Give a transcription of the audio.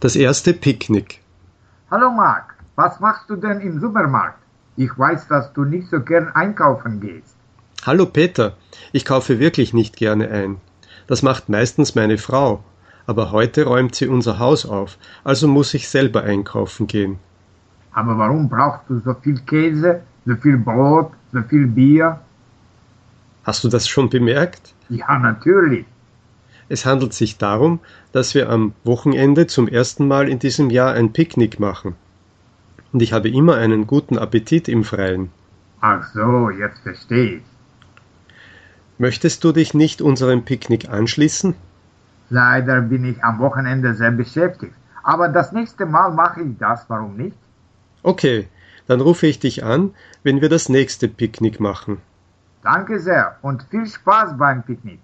Das erste Picknick. Hallo Marc, was machst du denn im Supermarkt? Ich weiß, dass du nicht so gern einkaufen gehst. Hallo Peter, ich kaufe wirklich nicht gerne ein. Das macht meistens meine Frau. Aber heute räumt sie unser Haus auf, also muss ich selber einkaufen gehen. Aber warum brauchst du so viel Käse, so viel Brot, so viel Bier? Hast du das schon bemerkt? Ja, natürlich. Es handelt sich darum, dass wir am Wochenende zum ersten Mal in diesem Jahr ein Picknick machen. Und ich habe immer einen guten Appetit im Freien. Ach so, jetzt verstehe ich. Möchtest du dich nicht unserem Picknick anschließen? Leider bin ich am Wochenende sehr beschäftigt. Aber das nächste Mal mache ich das, warum nicht? Okay, dann rufe ich dich an, wenn wir das nächste Picknick machen. Danke sehr und viel Spaß beim Picknick.